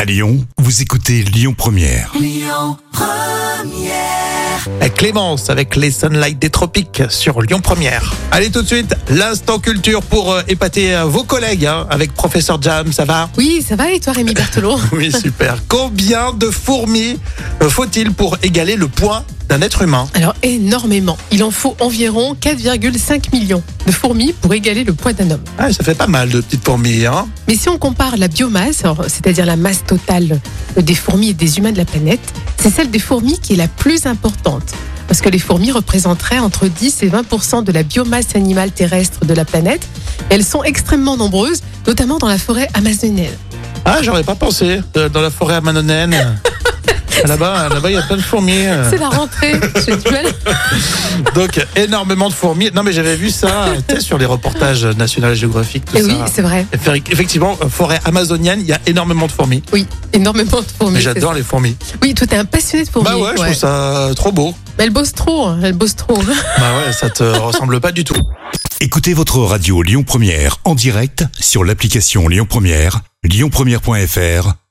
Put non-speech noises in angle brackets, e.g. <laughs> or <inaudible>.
À Lyon, vous écoutez Lyon Première. Avec Clémence avec les Sunlight des Tropiques sur Lyon Première. Allez tout de suite, l'instant culture pour euh, épater euh, vos collègues hein, avec professeur Jam, ça va Oui, ça va et toi Rémi Berthelot <laughs> Oui, super. Combien de fourmis euh, faut-il pour égaler le poids d'un être humain Alors énormément. Il en faut environ 4,5 millions de fourmis pour égaler le poids d'un homme. ah, Ça fait pas mal de petites fourmis. Hein Mais si on compare la biomasse, alors, c'est-à-dire la masse totale des fourmis et des humains de la planète, c'est celle des fourmis qui est la plus importante. Parce que les fourmis représenteraient entre 10 et 20 de la biomasse animale terrestre de la planète. Elles sont extrêmement nombreuses, notamment dans la forêt amazonienne. ah, j'aurais pas pensé euh, dans la forêt <laughs> amanonienne. Là-bas, là-bas, il y a plein de fourmis. euh. C'est la rentrée, j'ai du mal. Donc, énormément de fourmis. Non, mais j'avais vu ça tu sais, sur les reportages National Geographic, tout Eh oui, ça. c'est vrai. Effe- Effectivement, euh, forêt amazonienne, il y a énormément de fourmis. Oui, énormément de fourmis. Mais c'est j'adore les fourmis. ça. Oui, toi, t'es un passionné de fourmis. Bah ouais, je trouve ça trop beau. Mais elle bosse trop, hein, elle bosse trop. Bah ouais, ça te ressemble pas du tout. Écoutez votre radio Lyon Première en direct sur l'application Lyon Première, lyonpremière.fr